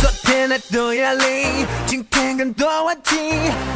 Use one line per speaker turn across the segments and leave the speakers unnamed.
昨天的多压力，今天更多问题，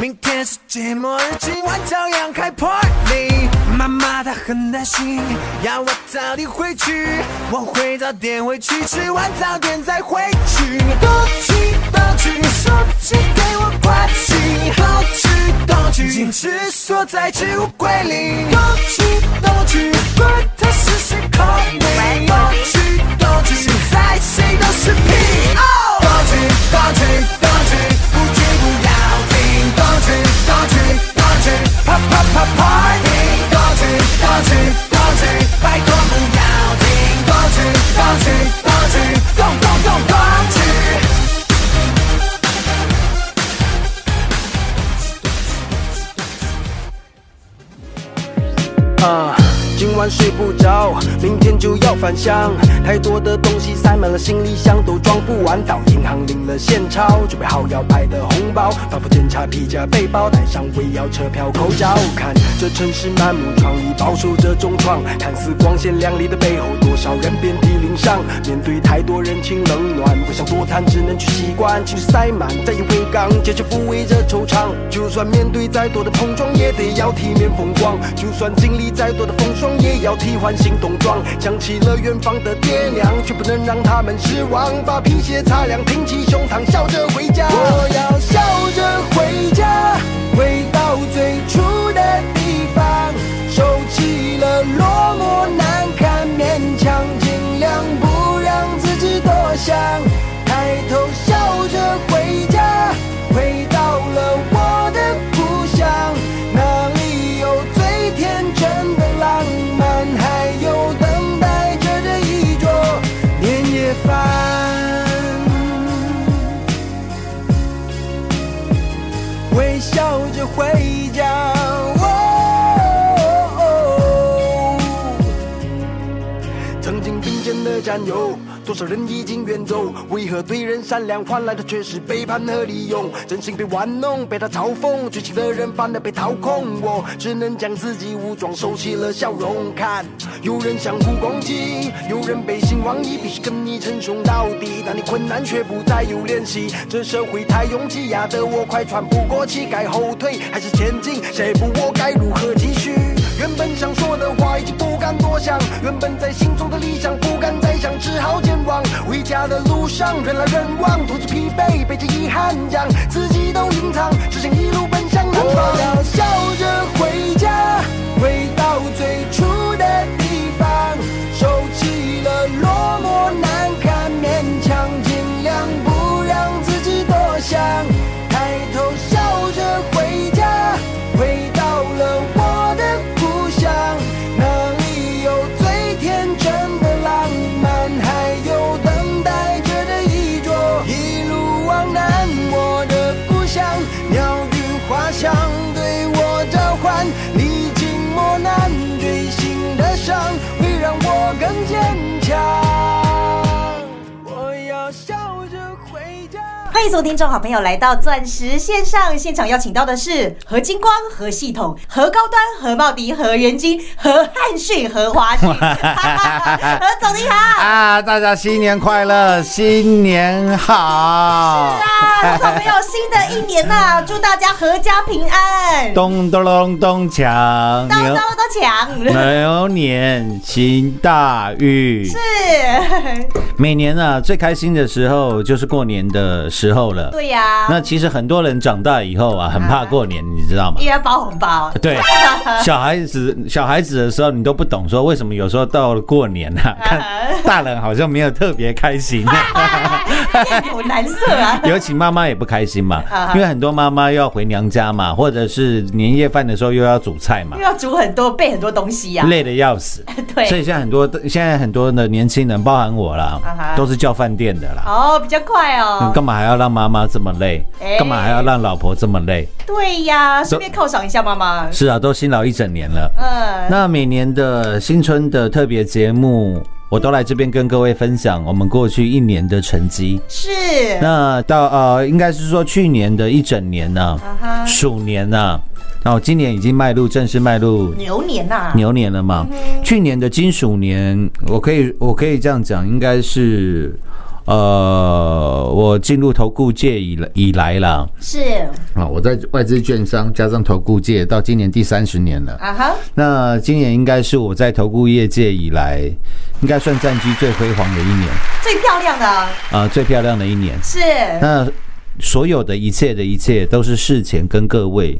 明天世界末日，今晚照样开 party。妈妈她很担心，要我早点回去，我会早点回去，吃完早点再回去。东去东去，手机给我关机。东去东去，坚持锁在置物柜里。东去东去，管他是谁 call me。东去东去，现在谁都是屁。哦东去东去东去，不去不要停。东去东去东去，啪啪啪 party。东去东去东去，拜托不要停。东去东去东去，咚咚咚咚去。
啊，今晚睡不着，明天就要返乡。太多的东西塞满了行李箱，都装不完。到银行领了现钞，准备好要拍的红包。反复检查皮夹、背包，带上围腰车票、口罩。看这城市满目疮痍，饱受着重创。看似光鲜亮丽的背后，多少人遍体鳞伤。面对太多人情冷暖，不想多谈，只能去习惯。情绪塞满，再也回港，结局抚慰着惆怅。就算面对再多的碰撞，也得要体面风光。就算经历再多的风霜，也要替换新冬装。想起了远方的爹娘，却不能让他们失望。把皮鞋擦亮，挺起胸膛，笑着回家。我要笑着回家，回到最初的地方。收起了落寞难堪，勉强尽量不让自己多想。抬头笑着回家，回到了我的故乡，那里有最天真的浪漫，还有等待着这一桌年夜饭。微笑着回家。哦曾经并肩的战友，多少人已经远走？为何对人善良换来的却是背叛和利用？真心被玩弄，被他嘲讽，追求的人反而被掏空。我只能将自己武装，收起了笑容。看，有人相互攻击，有人背信忘义，必须跟你称兄道弟。但你困难却不再有练习，这社会太拥挤，压得我快喘不过气。该后退还是前进？谁不我该如何继续？原本想说的话已经不敢多想，原本在心中的理想不敢再想，只好前往。回家的路上人来人往，独自疲惫，背着遗憾，将自己都隐藏，只想一路奔向南方。我要笑着回家，回到最初的地方，收起了落寞难堪，勉强尽量不让自己多想，抬头笑着回家，回到了我的故乡，那里有最天真的浪漫，还有等待着的一桌，一路往南，我的故乡，鸟语花香对我召唤，历经磨难，锥心的伤会让我更坚强，我要笑着回家。
欢迎所有听众好朋友来到钻石线上现场，邀请到的是何金光、何系统、何高端、何茂迪、何元金、何汉逊、何华 逊。何总你好，
啊！大家新年快乐，新年好！
啊，何总朋友，新的一年呐、祝大家阖家平安，
咚咚咚咚锵，
刀刀
牛
都强。
牛年行大运。
是，
每年啊，最开心的时候就是过年的时候了。
对啊呀、
那其实很多人长大以后啊，很怕过年，你知道吗
一？人包红包，
对，小孩子小孩子的时候，你都不懂说 为 什么有时候到了过年啊，看大人好像没有特别开心、
面有哎难色啊。
尤其妈妈也不开心嘛
啊，哈
因为很多妈妈又要回娘家嘛，或者是年夜饭的时候又要煮菜嘛
又，要煮很多，备很多东西呀、
累得要死。
啊 对
所以现在很多现在很多的年轻人，包含我
啊
啦
哈，
都是叫饭店的啦。
哦，比较快
你
哦。
嗯干嘛还要让妈妈这么累
哎？
干嘛还要让老婆这么累？
对呀，顺便犒赏一下妈妈。
是啊，都辛劳一整年了。
嗯，
那每年的新春的特别节目，我都来这边跟各位分享我们过去一年的成绩。
是
那到呃，应该是说去年的一整年呢、
啊哈
鼠年呢、那我今年已经迈入正式迈入
牛年呐、
牛年了嘛。去年的金鼠年，我可以我可以这样讲，应该是呃，我进入投顾界以来以来啦，
是
啊，我在外资券商加上投顾界，到今年第三十年了。
啊哈，
那今年应该是我在投顾业界以来，应该算战绩最辉煌的一年，
最漂亮的啊
啊、最漂亮的一年。
是
那所有的一切的一切都是事前跟各位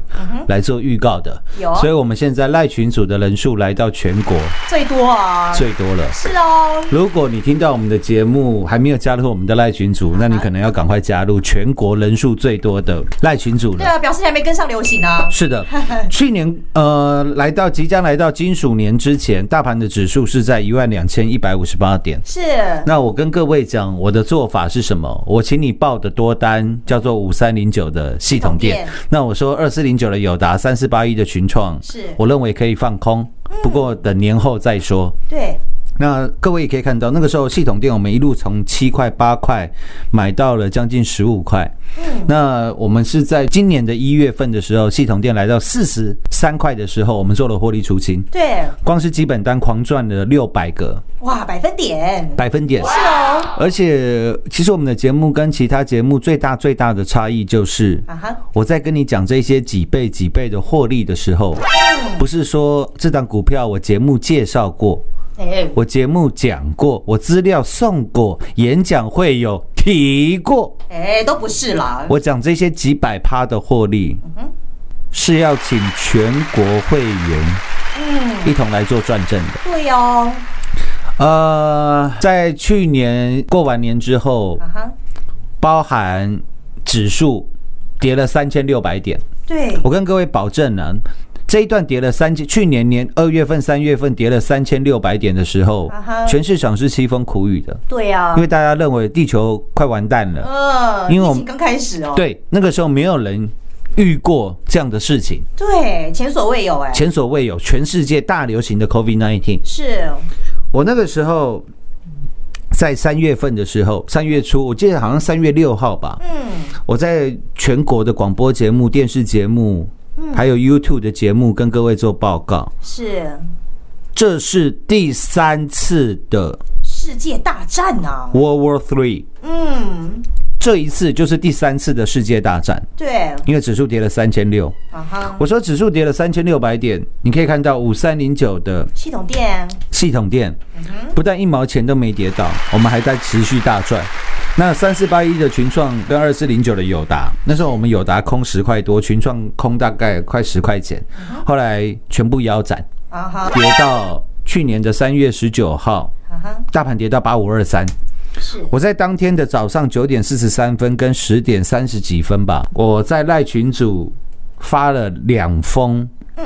来做预告的，
有
所以我们现在赖群组的人数来到全国
最多啊，
最多了。
是哦，
如果你听到我们的节目还没有加入我们的赖群组，那你可能要赶快加入全国人数最多的赖群组
对
了。
啊，表示你还没跟上流行啊。
是的，去年呃，来到即将来到金属年之前，大盘的指数是在一万两千一百五十八点。
是
那我跟各位讲，我的做法是什么？我请你报的多单叫做五三零九的
系
系统
统
店
店，
那我说二四零九的友达，三四八一的群创，
是嗯
我认为可以放空，不过等年后再说。
对，
那各位也可以看到，那个时候系统店我们一路从七块八块买到了将近十五块。嗯，那我们是在今年的一月份的时候，系统店来到四十三块的时候，我们做了获利出清，
对，
光是基本单狂赚了六百个
哇，百分点
百分点。
是哦，
而且，其实我们的节目跟其他节目最大最大的差异就是，
啊哈，
我在跟你讲这些几倍几倍的获利的时候，
嗯
不是说这档股票我节目介绍过，
哎，
我节目讲过，我资料送过，演讲会有提过。
哎，都不是啦，
我讲这些几百趴的获利，是要请全国会员
嗯
一同来做转正的。
对哦，
呃，在去年过完年之后
啊，哈，
包含指数跌了三千六百点，
对，
我跟各位保证呢、这一段跌了三千，去年年二月份、三月份跌了三千六百点的时候
啊哈，
全市场是凄风苦雨的。
对啊
因，为大家认为地球快完蛋了。
嗯，
因为我
疫情
们
刚开始哦，
对，那个时候没有人遇过这样的事情，
对，前所未有哎，
前所未有，全世界大流行的 COVID 1 9
是
我那个时候在三月份的时候，三月初，我记得好像三月六号吧，
嗯，
我在全国的广播节目、电视节目，还有 YouTube 的节目跟各位做报告。
是
这是第三次的
世界大战呐、
World War Three，
嗯，
这一次就是第三次的世界大战，
对，
因为指数跌了三千六。
啊哈，
我说指数跌了三千六百点，你可以看到五三零九的
系统店
系统店，不但一毛钱都没跌到，我们还在持续大赚。那三四八一的群创跟二四零九的友达，那时候我们友达空十块多，群创空大概快十块钱，后来全部腰斩，
啊哈，
跌到去年的三月十九号，
啊哈，
大盘跌到八五二三。
是
我在当天的早上九点四十三分跟十点三十几分吧，我在赖群组发了两封
嗯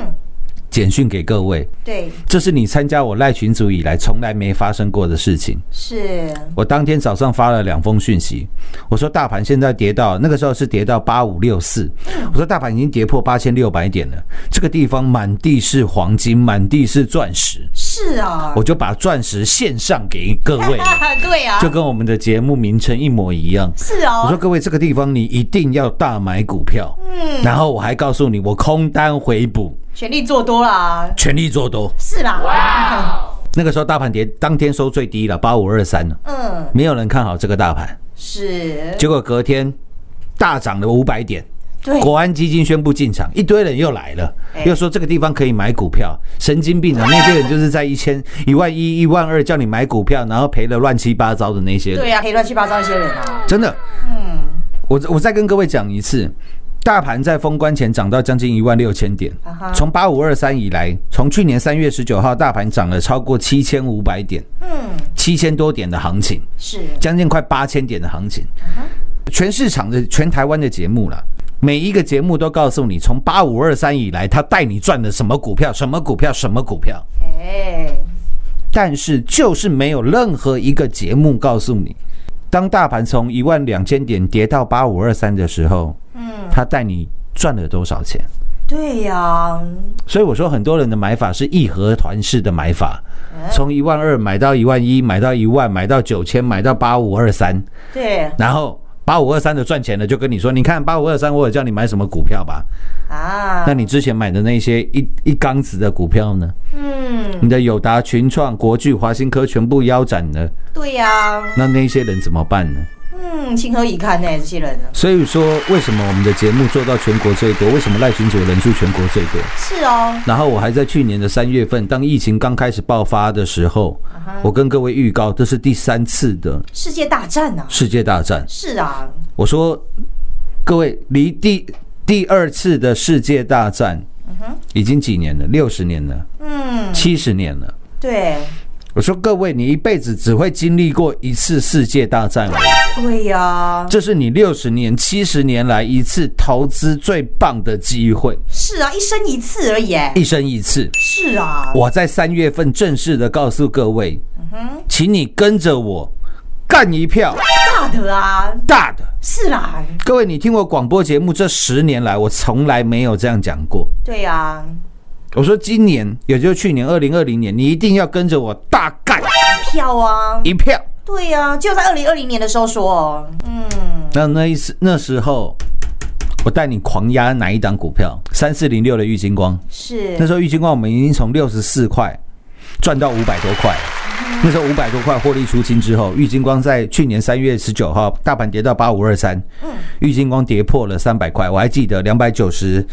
简讯给各位，
对，
这是你参加我赖群组以来从来没发生过的事情。
是
我当天早上发了两封讯息，我说大盘现在跌到那个时候是跌到八五六四，我说大盘已经跌破八千六百点了，这个地方满地是黄金，满地是钻石，
是啊，
我就把钻石献上给各位了，
对啊，
就跟我们的节目名称一模一样。
是
我说
哦，
各位，这个地方你一定要大买股票，嗯，然后我还告诉你，我空单回补，
权力做多啦，
全力做多。
是啦，
那个时候大盘跌，当天收最低了八五二三了，
嗯，
没有人看好这个大盘，
是，
结果隔天大涨了五百点。
对，
国安基金宣布进场，一堆人又来了
哎，
又说这个地方可以买股票，神经病啊！那些人就是在一千、一万一、一万二叫你买股票，然后赔了乱七八糟的那些人
对。啊，可以乱七八糟一些人啊，
真的，嗯，我我再跟各位讲一次，大盘在封关前涨到将近一万六千点
啊哈，
从八五二三以来，从去年三月十九号大盘涨了超过七千五百点，
嗯，
七千多点的行情，
是
将近快八千点的行情。
啊
全市场的全台湾的节目了，每一个节目都告诉你，从八五二三以来，他带你赚的什么股票，什么股票，什么股票。
哎，
但是就是没有任何一个节目告诉你，当大盘从一万两千点跌到八五二三的时候，
嗯，
他带你赚了多少钱？
对啊嗯呀，
所以我说，很多人的买法是义和团式的买法，
哎
从一万二买到一万一，买到一万，买到九千，买到八五二三，
对
然后八五二三的赚钱了，就跟你说，你看八五二三，我有叫你买什么股票吧？
啊，
那你之前买的那些一一缸子的股票呢？
嗯，
你的友达、群创、国巨、华新科全部腰斩了，
对呀，
那那些人怎么办呢？
嗯，情何以堪呢？这些人啊呢？
所以说，为什么我们的节目做到全国最多？为什么赖群主人数全国最多？
是哦，
然后我还在去年的三月份，当疫情刚开始爆发的时候，我跟各位预告，这是第三次的
世界大战呐，
世界大战。
是啊，
我说，各位，离第第二次的世界大战已经几年了？六十年了，
嗯，
七十年了。
对，
我说，各位，你一辈子只会经历过一次世界大战，
对啊呀，
这是你六十年、七十年来一次投资最棒的机会，
是啊，一生一次而已，哎
一生一次。
是啊，
我在三月份正式的告诉各位，请你跟着我干一票
大的啊，
大的。
是啦，
各位，你听我广播节目这十年来，我从来没有这样讲过。
对呀，
我说今年，也就是去年二零二零年，你一定要跟着我大干
票啊，
一票。
对呀，就在二零二零年的时候说哦，嗯，
那那一次那时候，我带你狂压哪一档股票？三四零六的玉金光，
是
那时候玉金光我们已经从六十四块赚到五百多块了。那时候五百多块获利出清之后，玉金光在去年三月十九号大盘跌到八五二三，玉金光跌破了三百块，我还记得两百九十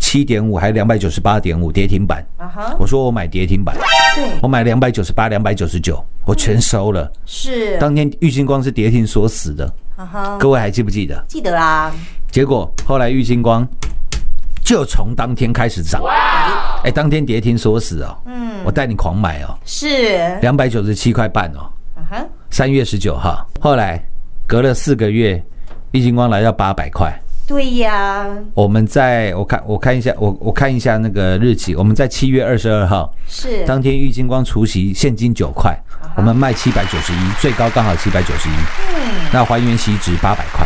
七点五还两百九十八点五跌停板，
啊哈，
我说我买跌停板，
对，
我买两百九十八、两百九十九，我全收了。
是
当天玉金光是跌停锁死的，
啊哈，
各位还记不记得？
记得啦，
结果后来玉金光就从当天开始涨，哎，当天跌停锁死哦，嗯，我带你狂买哦，
是，
两百九十七块半哦，
啊哈，
三月十九号，后来隔了四个月，玉金光来到八百块，
对呀，
我们在我看我看一下我我看一下那个日期，我们在七月二十二号
是，
当天玉金光除息现金九块，我们卖七百九十一，最高刚好七百九十一，那还原息值八百块，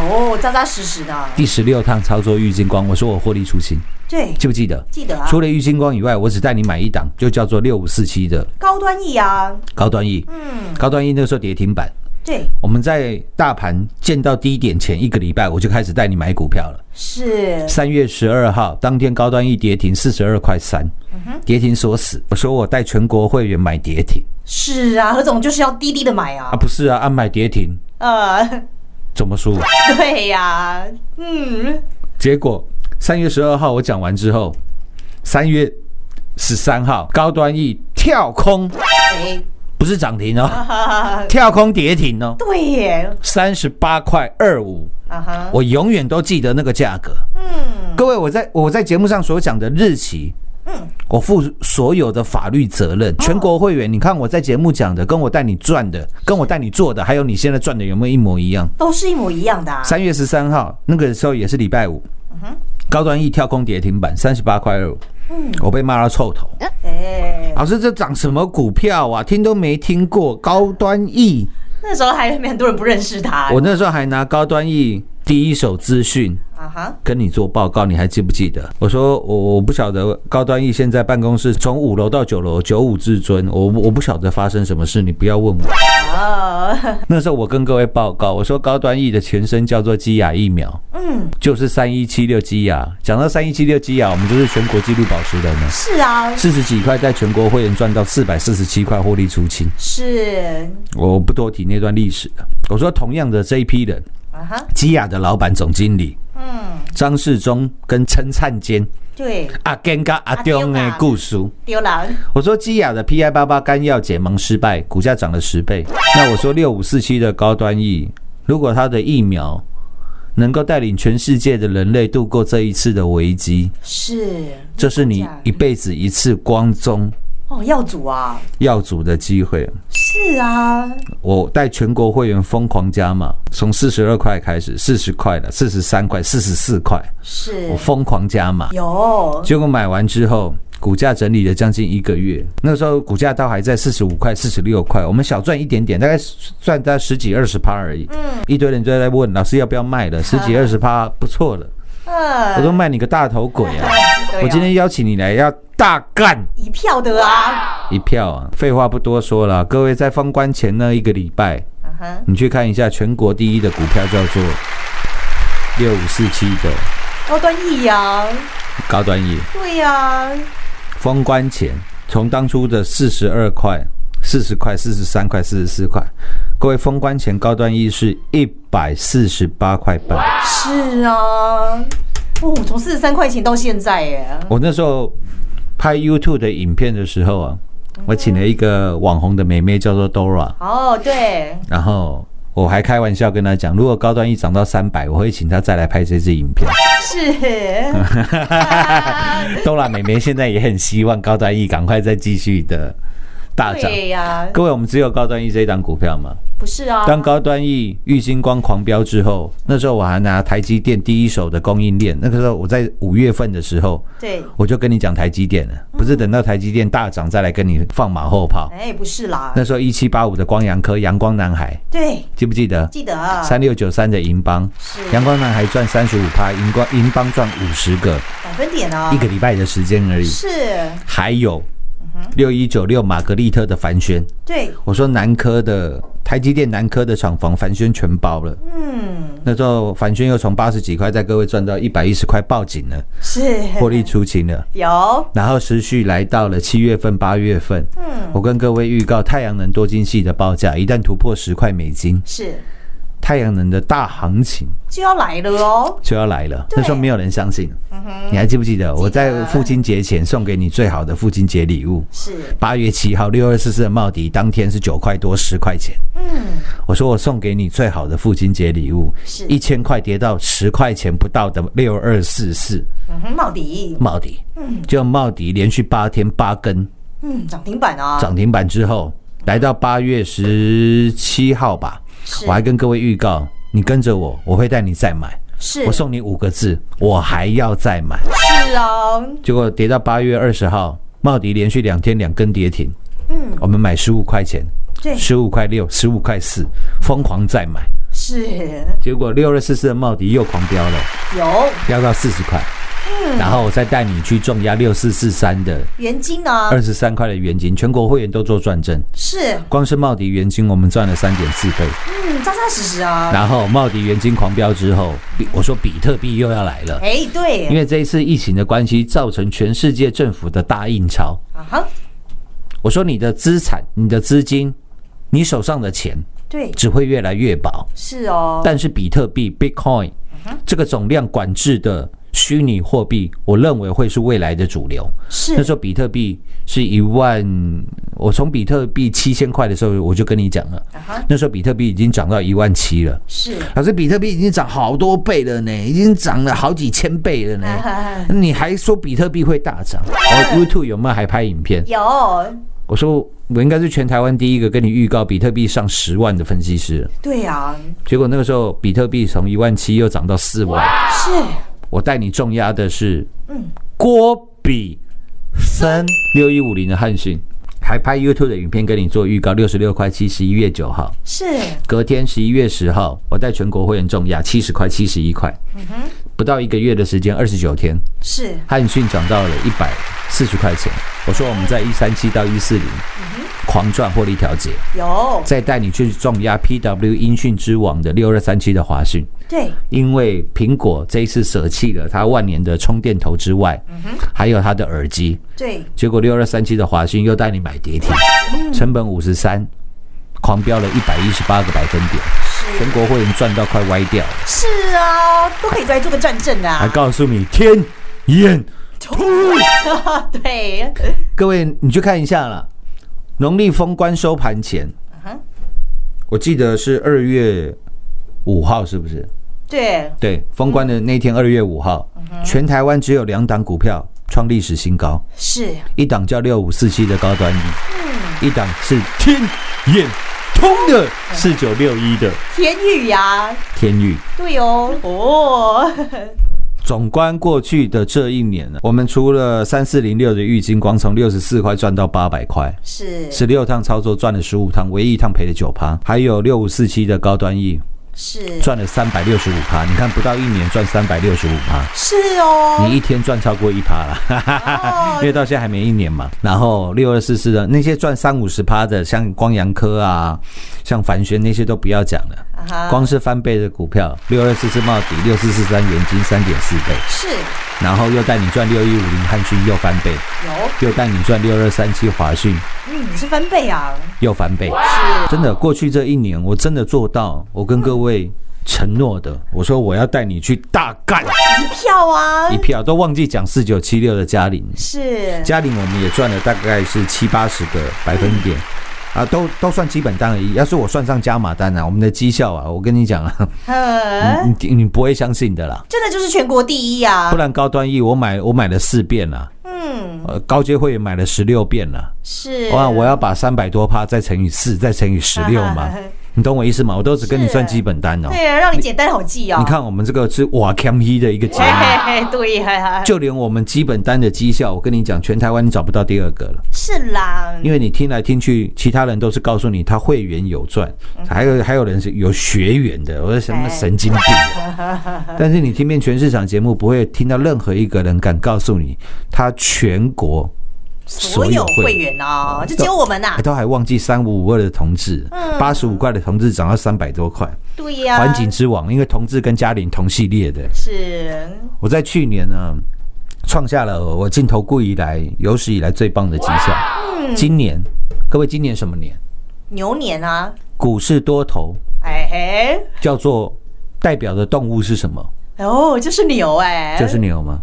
哦，扎扎实实的，
第十六趟操作玉金光，我说我获利出清，
对，
记不记得？
记得啊，
除了玉金光以外，我只带你买一档，就叫做六五四七的
高端易啊，
高端 E。
嗯，
高端 E 那时候跌停板，
对，
我们在大盘见到低点前一个礼拜，我就开始带你买股票了。
是，
三月十二号当天，高端 E 跌停四十二块三，
嗯
跌停锁死。我说我带全国会员买跌停
是啊，何总就是要低低的买啊
啊，，不是啊，啊买跌停
呃，
怎么输、啊？
对呀，嗯，
结果三月十二号我讲完之后，三月十三号高端 E 跳空，
哎，
不是涨停哦，
哈 哈，
跳空跌停哦。
对耶，
三十八块二五，
啊哈，
我永远都记得那个价格。嗯，各位，我在我在节目上所讲的日期，嗯，哦我负所有的法律责任。全国会员，你看我在节目讲的，跟我带你赚的，跟我带你做的，还有你现在赚的有没有一模一样？
都是一模一样的啊，
三月十三号那个时候也是礼拜五，高端 E 跳空跌停板三十八块二五，我被骂到臭头。
哎，
老师，这涨什么股票啊？听都没听过，高端 E。
那时候还很多人不认识他，
我那时候还拿高端 E 第一手资讯
啊哈，
跟你做报告，你还记不记得？我说我我不晓得高端 E 现在办公室从五楼到九楼，九五至尊，我我不晓得发生什么事，你不要问我。哦
啊，
那时候我跟各位报告，我说高端 E 的前身叫做基亚疫苗，
嗯，
就是三一七六基亚。讲到三一七六基亚，我们就是全国纪录保持人了。
是啊，
四十几块，在全国会员赚到四百四十七块，获利出清。
是，
我不多提那段历史了。我说，同样的这一批人，
啊哈，
基亚的老板、总经理，嗯，张世忠跟陈灿坚
对，
阿坚跟阿中的故事。
丢了，
我说基亚的 PI 八八干药解盲失败，股价涨了十倍。那我说六五四七的高端疫，如果它的疫苗能够带领全世界的人类度过这一次的危机，
是，
这是你一辈子一次光宗
哦，耀祖啊，
耀祖的机会。
是啊，
我带全国会员疯狂加码，从四十二块开始，四十块了，四十三块，四十四块，
是
我疯狂加码。
有
结果买完之后，股价整理了将近一个月，那时候股价都还在四十五块、四十六块，我们小赚一点点，大概赚在十几二十趴而已。嗯，一堆人就在问老师要不要卖了，十几二十趴不错了，我
嗯，
说卖你个大头鬼啊！
对啊
我今天邀请你来要大干
一票的啊，
一票啊！废话不多说了，各位在封关前那一个礼拜，
嗯哼，
你去看一下全国第一的股票叫做六五四七的
高端益呀，
高端 E。
对啊呀，
封关前，从当初的四十二块、四十块、四十三块、四十四块，各位封关前高端一是一百四十八块半。
是啊，哦，从四十三块钱到现在耶，
我那时候拍 YouTube 的影片的时候啊，我请了一个网红的妹妹叫做 Dora，
哦，对，
然后我还开玩笑跟她讲，如果高端一涨到三百，我会请她再来拍这支影片。
是，
Dora 妹妹现在也很希望高端一赶快再继续的大涨。
对呀，
各位，我们只有高端一这一档股票吗？
不是啊，
当高端 E、玉星光狂飙之后，那时候我还拿台积电第一手的供应链。那个时候我在五月份的时候，
对，
我就跟你讲台积电了，不是等到台积电大涨再来跟你放马后炮。
哎，不是啦，
那时候一七八五的光阳科、阳光男孩，
对，
记不记得？
记得啊，
三六九三的银邦，阳光男孩赚三十五趴，银光银邦赚五十个，
百分点啊，
一个礼拜的时间而已。
是，
还有六一九六玛格丽特的凡轩，
对，
我说南科的台积电南科的厂房凡轩全包了。
嗯，
那时候凡轩又从八十几块在各位赚到一百一十块，报警了，
是，
获利出清了。
有，
然后持续来到了七月份、八月份，嗯，我跟各位预告，太阳能多晶系的报价一旦突破十块美金，
是。
太阳能的大行情
就要来了哦。
就要来了。
对
那时候没有人相信，你还记嗯不记得我在父亲节前送给你最好的父亲节礼物？
是
八月七号六二四四的茂迪，当天是九块多十块钱。嗯，我说我送给你最好的父亲节礼物，
是
一千块跌到十块钱不到的六二四四
嗯哼，茂迪，
茂迪，嗯，就茂迪连续八天八根
嗯，涨停板啊，
涨停板之后，来到八月十七号吧，
是
我还跟各位预告，你跟着我，我会带你再买。
是
我送你五个字，我还要再买。
是啊，
结果跌到八月二十号，茂迪连续两天两根跌停。嗯，我们买十五块钱，
对，
十五块六，十五块四，疯狂再买。
是
结果六二四四的茂迪又狂飙了，
有
飙到四十块。然后我再带你去重压六四四三的
元金呢，
二十三块的原金，全国会员都做转正，
是
光是茂迪原金我们赚了三点四倍。
嗯，扎扎实实啊，
然后茂迪原金狂飙之后，比我说比特币又要来了，
哎，
因
对，
为这一次疫情的关系，造成全世界政府的大印钞。
啊哈，
我说你的资产、你的资金、你手上的钱
对，
只会越来越薄，
是哦，
但是比特币 （Bitcoin） 这个总量管制的虚拟货币，我认为会是未来的主流。那
是
时候比特币是一万，我从比特币七千块的时候我就跟你讲了，
啊哈
那时候比特币已经涨到一万七了。
是，
老师，比特币已经涨好多倍了呢，已经涨了好几千倍了呢。
嗯
你还说比特币会大涨？然后 YouTube 有没有还拍影片？
有
我说我应该是全台湾第一个跟你预告比特币上十万的分析师。
对啊，
结果那个时候，比特币从一万七又涨到四万。
是
我带你重压的是，郭比森六一五零的汉讯，还拍 YouTube 的影片跟你做预告，六十六块七，十一月九号。
是
隔天十一月十号，我带全国会员重压七十块、七十一块，不到一个月的时间，二十九天，
是
汉讯涨到了一百四十块钱。我说我们在一三七到一四零狂赚获利调节，
有，
再带你去重压 PW 音讯之王的六二三七的华讯。
对，
因为苹果这一次舍弃了它万年的充电头之外，还有它的耳机，
对，
结果六二三七的华讯又带你买跌停，成本五十三，狂飙了一百一十八个百分点，全国会员赚到快歪掉了，
是啊，都可以来做个转正
还
啊，
告诉你天眼，
对，
各位你去看一下啦，农历封关收盘前，我记得是二月五号，是不是？
对，
对，封关的那一天，二月五号，全台湾只有两档股票创历史新高，
是
一档叫六五四七的高端一，一档是天眼通的四九六一的
天宇呀、
天宇。
啊对哦，哦，
总观过去的这一年呢，我们除了三四零六的玉金光从六十四块赚到八百块，
是
十六趟操作赚了十五趟，唯一一趟赔了九趴，还有六五四七的高端 E
是
赚了三百六十五趴，你看不到一年赚三百六十五趴。
是哦，
你一天赚超过一趴 啦，因为到现在还没一年嘛。然后六二四四的那些赚三五十趴的，像光阳科啊，像凡轩那些都不要讲了。
啊哈
光是翻倍的股票，六二四四茂迪，六四四三元金三点四倍，
是
然后又带你赚六一五零汉讯又翻倍，
有，
又带你赚六二三七华讯
嗯，你是翻倍啊，
又翻倍。真的，过去这一年我真的做到，我跟各位承诺的，我说我要带你去大干
一票啊
一，票，都忘记讲四九七六的嘉陵。
是
嘉陵我们也赚了大概是七八十个百分点，
嗯
啊，都都算基本单而已。要是我算上加码单啊，我们的绩效啊，我跟你讲 啊，
呃，
你你你不会相信的啦。
真的就是全国第一啊
不，然高端 E 我买我买了四遍啦，
嗯，啊
呃，高阶会员买了十六遍啦。
是
哇，我要把三百多趴再乘以四，再乘以十六 嘛，你懂我意思吗？我都只跟你算基本单哦。
对啊，哎让你简单好记哦，
你，看我们这个是哇 cam 一的一个节
嘿
目，
嘿嘿，对，还还
就连我们基本单的绩效，我跟你讲，全台湾你找不到第二个了。
是啦，
因为你听来听去，其他人都是告诉你他会员有赚，
嗯
还有还有人是有学员的，我说什么
哎
神经病啊。 但是你听遍全市场节目，不会听到任何一个人敢告诉你他全国
所有会员哦，就只有我们呐
还，哎都还忘记三五五二的同志，
嗯
八十五块的同志涨到三百多块，
对呀，
环境之王，因为同志跟嘉玲同系列的，
是
我在去年呢创下了我进投顾以来有史以来最棒的绩效。
嗯
今年，各位今年什么年？
牛年啊，
股市多头。
哎嘿。
叫做代表的动物是什么？
哦，就是牛哎、
就是牛吗？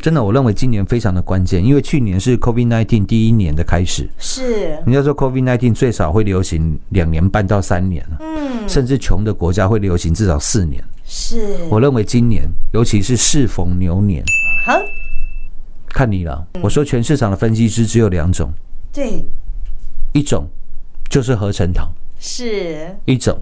真的，我认为今年非常的关键，因为去年是 COVID-19 第一年的开始。
是
人家说 COVID-19 最少会流行两年半到三年嗯，甚至穷的国家会流行至少四年。
是，
我认为今年，尤其是适逢牛年，
哈，
看你了。
嗯
我说全市场的分析师只有两种，
对，
一种就是合成堂，
是
一种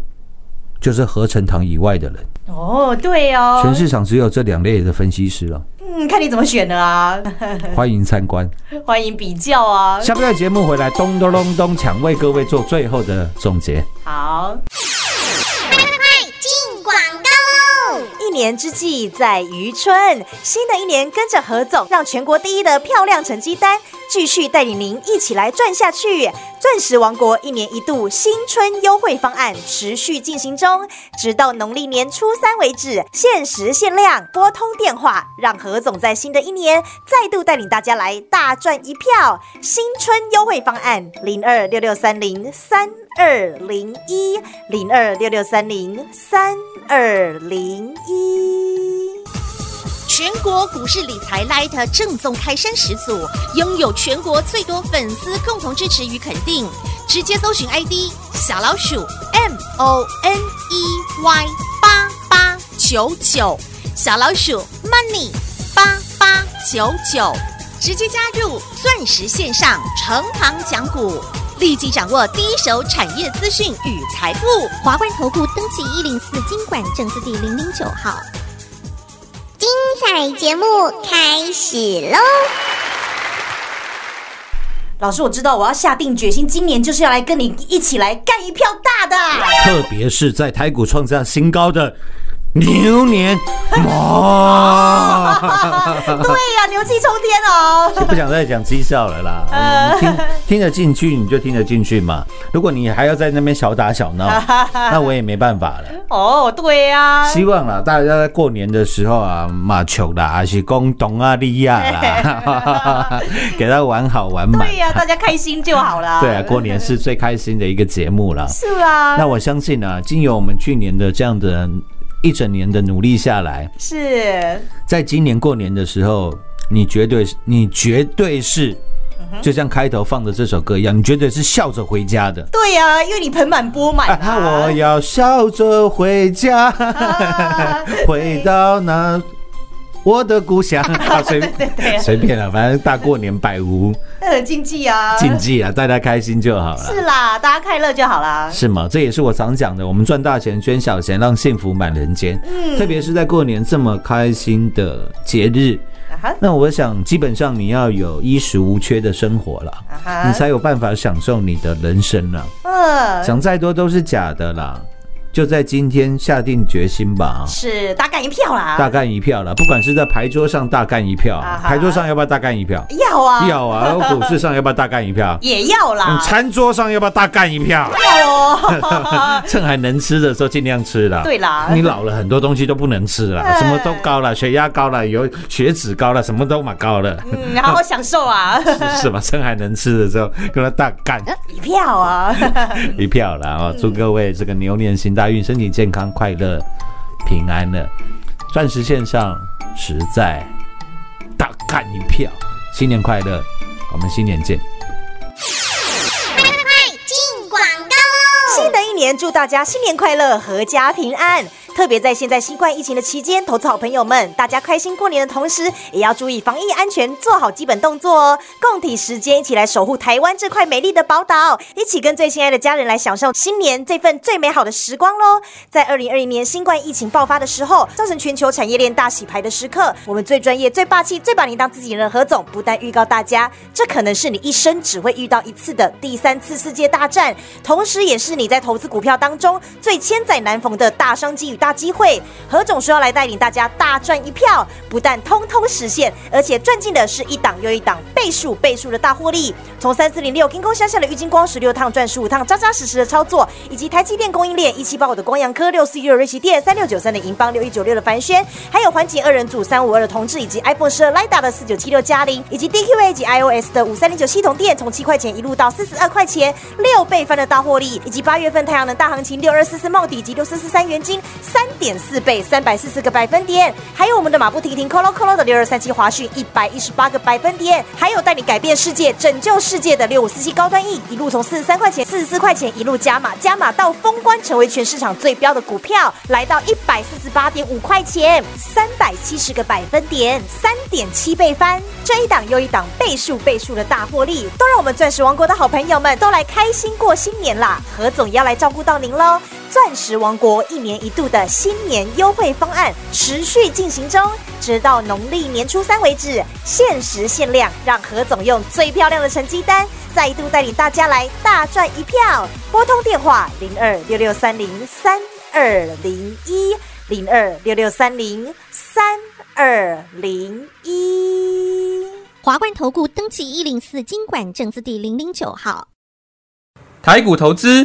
就是合成堂以外的人。
哦，对哦，
全市场只有这两类的分析师了，
嗯，看你怎么选的啊，
欢迎参观。
欢迎比较啊，
下半段节目回来，咚咚咚咚锵，为各位做最后的总结。
好。
进广告喽！
一年之计在于春，新的一年跟着何总，让全国第一的漂亮成绩单继续带领您一起来赚下去。钻石王国一年一度新春优惠方案持续进行中，直到农历年初三为止，限时限量。拨通电话，让何总在新的一年再度带领大家来大赚一票。新春优惠方案零二六六三零三二零一零二六六三零三二零一。
全国股市理财 Light 正宗开山始祖，拥有全国最多粉丝共同支持与肯定。直接搜寻 ID 小老鼠 M O N E Y 八八九九，小老鼠 Money 八八九九，直接加入钻石线上成行讲股，立即掌握第一手产业资讯与财富。华冠投顾登记一零四经管证字第零零九号。
精彩节目开始喽！
老师，我知道我要下定决心，今年就是要来跟你一起来干一票大 的。
特别是在台股创下新高的牛年， 哇！
对呀、牛气冲天哦！
不想再讲绩效了啦，嗯听听得进去你就听得进去嘛。如果你还要在那边小打小 闹，那我也没办法了。
哦，对呀、
希望啦，大家在过年的时候啊，马球啦，还是公董啊、利亚 啦，给他玩好玩满。
对呀、大家开心就好啦。
对啊，过年是最开心的一个节目啦。
是啊，
那我相信啊，经由我们去年的这样的一整年的努力下来，
是
在今年过年的时候，你绝对是，你绝对是
嗯
就像开头放的这首歌一样，你绝对是笑着回家的。
对呀、因为你盆满钵满
啊！
啊。
我要笑着回 家，回到那我的故 乡。啊，随
对
随便了，反正大过年百无
那很禁忌啊。
禁忌啊，大家开心就好了。
是啦，大家快乐就好啦。
是吗？这也是我常讲的，我们赚大钱、捐小钱，让幸福满人间。嗯，特别是在过年这么开心的节日，
啊哈，
那我想基本上你要有衣食无缺的生活了，
啊哈
你才有办法享受你的人生了。
嗯，
想再多都是假的啦，就在今天下定决心吧啊！
是大干一票啦。
大干一票啦，不管是在牌桌上大干一票
啊，哈
牌桌上要不要大干一票？
要啊，
要啊！股市上要不要大干 一票？
也要啦
嗯，。餐桌上要不要大干一票？
要 哦。
趁还能吃的时候尽量吃啦。
对啦
你老了很多东西都不能吃啦，
哎
什么都高了，血压高了，有血脂高了，什么都嘛高了，
嗯，好好享受啊，
是吧？趁还能吃的时候，跟他大干
一票啊。
一票啦啊！祝各位这个牛年行大运，身体健康、快乐、平安了。钻石线上实在大干一票，新年快乐，我们新年见。
进广告喽！
新的一年，祝大家新年快乐，阖家平安。特别在现在新冠疫情的期间，投资好朋友们，大家开心过年的同时，也要注意防疫安全，做好基本动作哦。共体时间，一起来守护台湾这块美丽的宝岛，一起跟最亲爱的家人来享受新年这份最美好的时光喽。在二零二零年新冠疫情爆发的时候，造成全球产业链大洗牌的时刻，我们最专业、最霸气、最把你当自己人的何总，不但预告大家，这可能是你一生只会遇到一次的第三次世界大战，同时也是你在投资股票当中最千载难逢的大商机与大机会。何总说要来带领大家大赚一票，不但通通实现，而且赚进的是一档又一档倍数倍数的大获利。从三四零六跟工下下的郁金光十六趟赚十五趟，扎扎实实的操作，以及台积电供应链一七八五的光阳科六四一六瑞奇电三六九三的银邦六一九六的凡轩，还有环景二人组三五二的同志，以及 iPhone 十二 Lida 的四九七六加零，以及 DQA 及 iOS 的五三零九系统店，从七块钱一路到四十二块钱，六倍翻的大获利，以及八月份太阳能大行情六二四四茂底以及六四四三元金三点四倍三百四十个百分点，还有我们的马不停蹄 Colo Colo 的六二三七华讯一百一十八个百分点，还有带你改变世界、拯救世界的六五四七高端 E，一路从四十三块钱、四十四块钱一路加码，加码到封关，成为全市场最标的股票，来到一百四十八点五块钱，三百七十个百分点，三点七倍翻，这一档又一档倍数倍数的大获利，都让我们钻石王国的好朋友们都来开心过新年啦！何总也要来照顾到您喽。钻石王国一年一度的新年优惠方案持续进行中，直到农历年初三为止，限时限量，让何总用最漂亮的成绩单，再度带领大家来大赚一票。拨通电话零二六六三零三二零一零二六六三零三二零一。
华冠投顾登记一零四经管证字第零零九号。
台股投资，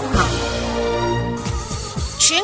号。
全